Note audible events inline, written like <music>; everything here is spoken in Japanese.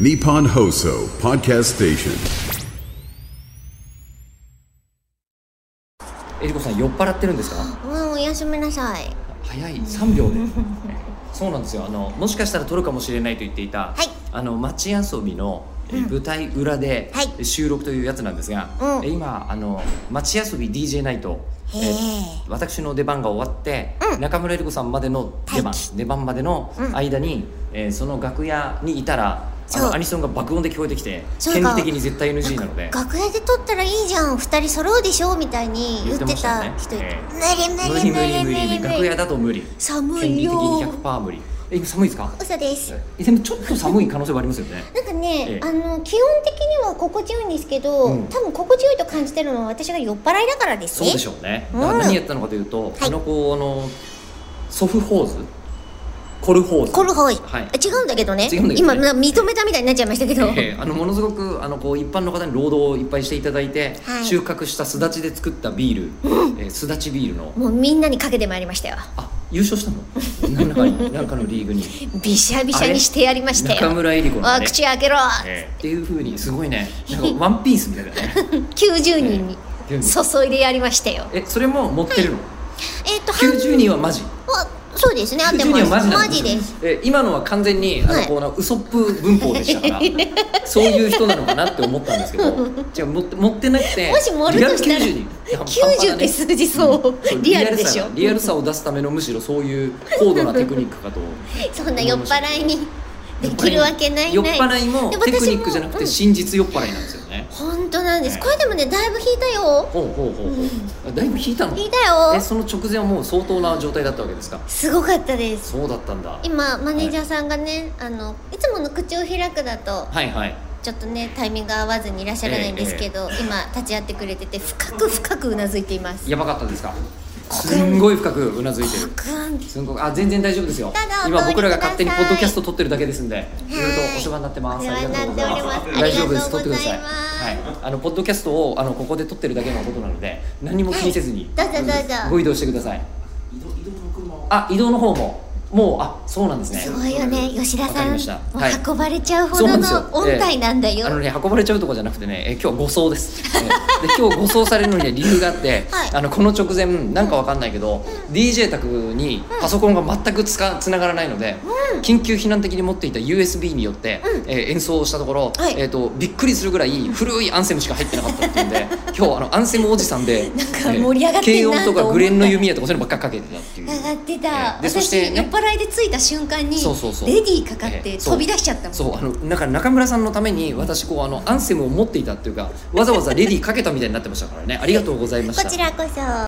Nippon Hoso Podcast Station. えりこさん酔っ払ってるんですかうん、おやすみなさい。早い3秒で <laughs> そうなんですよあのもしかしたら撮るかもしれないと言っていた、はいあの街遊びのえー舞台裏ではい収録というやつなんですが、うんえ今あの街遊び DJ ナイトえへえー私の出番が終わって、中村えり子さんまでの出番待機出番までの間に、えーその楽屋にいたらあそうのアニソンが爆音で聞こえてきてそう権利か的に絶対 NG なので楽屋で撮ったらいいじゃん、二人揃うでしょみたいに言ってた人いた。言って無理無無理理無無理理無理無理楽屋だと無理寒権い利的によ。 100%無理え今寒いですか嘘です。えでもちょっと寒い可能性はありますよねなんかね、ええあの気温的には心地よいんですけど、うん多分心地よいと感じてるのは私が酔っ払いだからですね。そうでしょうねうんだから何やったのかというと、いあの子あのソフホーズコルホーズコルホイ、はい違うんだけどね。違うんだけどね今な認めたみたいになっちゃいましたけど。えーあのものすごくあのこう一般の方に労働をいっぱいしていただいて、はい収穫したすだちで作ったビール、えーすだちビールのもうみんなにかけてまいりましたよ。あ優勝したのなんかになんかのリーグにびしゃびしゃにしてやりました中よ。村えり子のあね、口開けろ。えーっていうふうにすごいねなんかワンピースみたいだね90人にええ注いでやりましたよ。えそれも持ってるの、えっ、と、半90人はマジあそうですね、合って90ます。人はママジジで。ですすえ今のは完全にあの、はいこうなウソップ文法でしたから <laughs> そういう人なのかなって思ったんですけどじゃあ持って持ってなくてもし盛るとしたらリアル90人いや90って数字そう半端だね <laughs> リアルでしリょアルさリアルさを出すためのむしろそういう高度なテクニックかとそんな酔っ払いに <laughs> できるわけない酔っない。払いもでテクニックじゃなくて私真実酔っ払いなんですよね、もうん本当なんです。これでもね、だいぶ引いたよ。ほうほうほうほうあだいぶ引いたの引いたよえその直前はもう相当な状態だったわけですかすごかったです。そうだったんだは今マネージャーさんがね、あのいつもの口を開くだといはいちょっとねタイミングが合わずにいらっしゃらないんですけど、今立ち会ってくれてて深く深くうなずいています。やばかったですかすんごい深くうなずいてる深くすんごくあ全然大丈夫ですよただお通り今僕らが勝手にくポださッいドキャスト撮ってるだけですんでいろいろとお世話になってますはいありがとうございますお世話になっております大丈夫ですあ撮っりてがくとうださいございますはいあのポッドキャストをあのここで撮ってるだけのことなので何も気にせずにどうぞどうぞご移動してくださいあ移動の方ももうあそうなんですねすごいよね、吉田わかさりん。もまうしたはい運ばれちゃうほそうなどんでのすよ音体なんだええあのよ。ね運ばれちゃうとこじゃなくてね、え今日護送です、ええで今日護送されるのにね理由があって、はいあのこの直前なんかわかんないけど、DJ 宅にパソコンが全くつかつながらないので、緊急避難的に持っていた USB によって、ええ演奏をしたところ、はいえっ、とびっくりするぐらい古いアンセムしか入ってなかったっていうん <laughs> で今日あのアンセムおじさんでなんか盛り上がってんなと思軽音とったかグレンの弓矢とかそういうのばっかかけてたっていう。上がってえた。えでそし私、てね酔っ払いで着いた瞬間に、そうそうそうレディーかかってええそう飛び出しちゃったもん。そうあのなんか中村さんのために私こうあのアンセムを持っていたっていうかわざわざレディーかけたみたいになってましたからねありがとうございましたこちらこそ。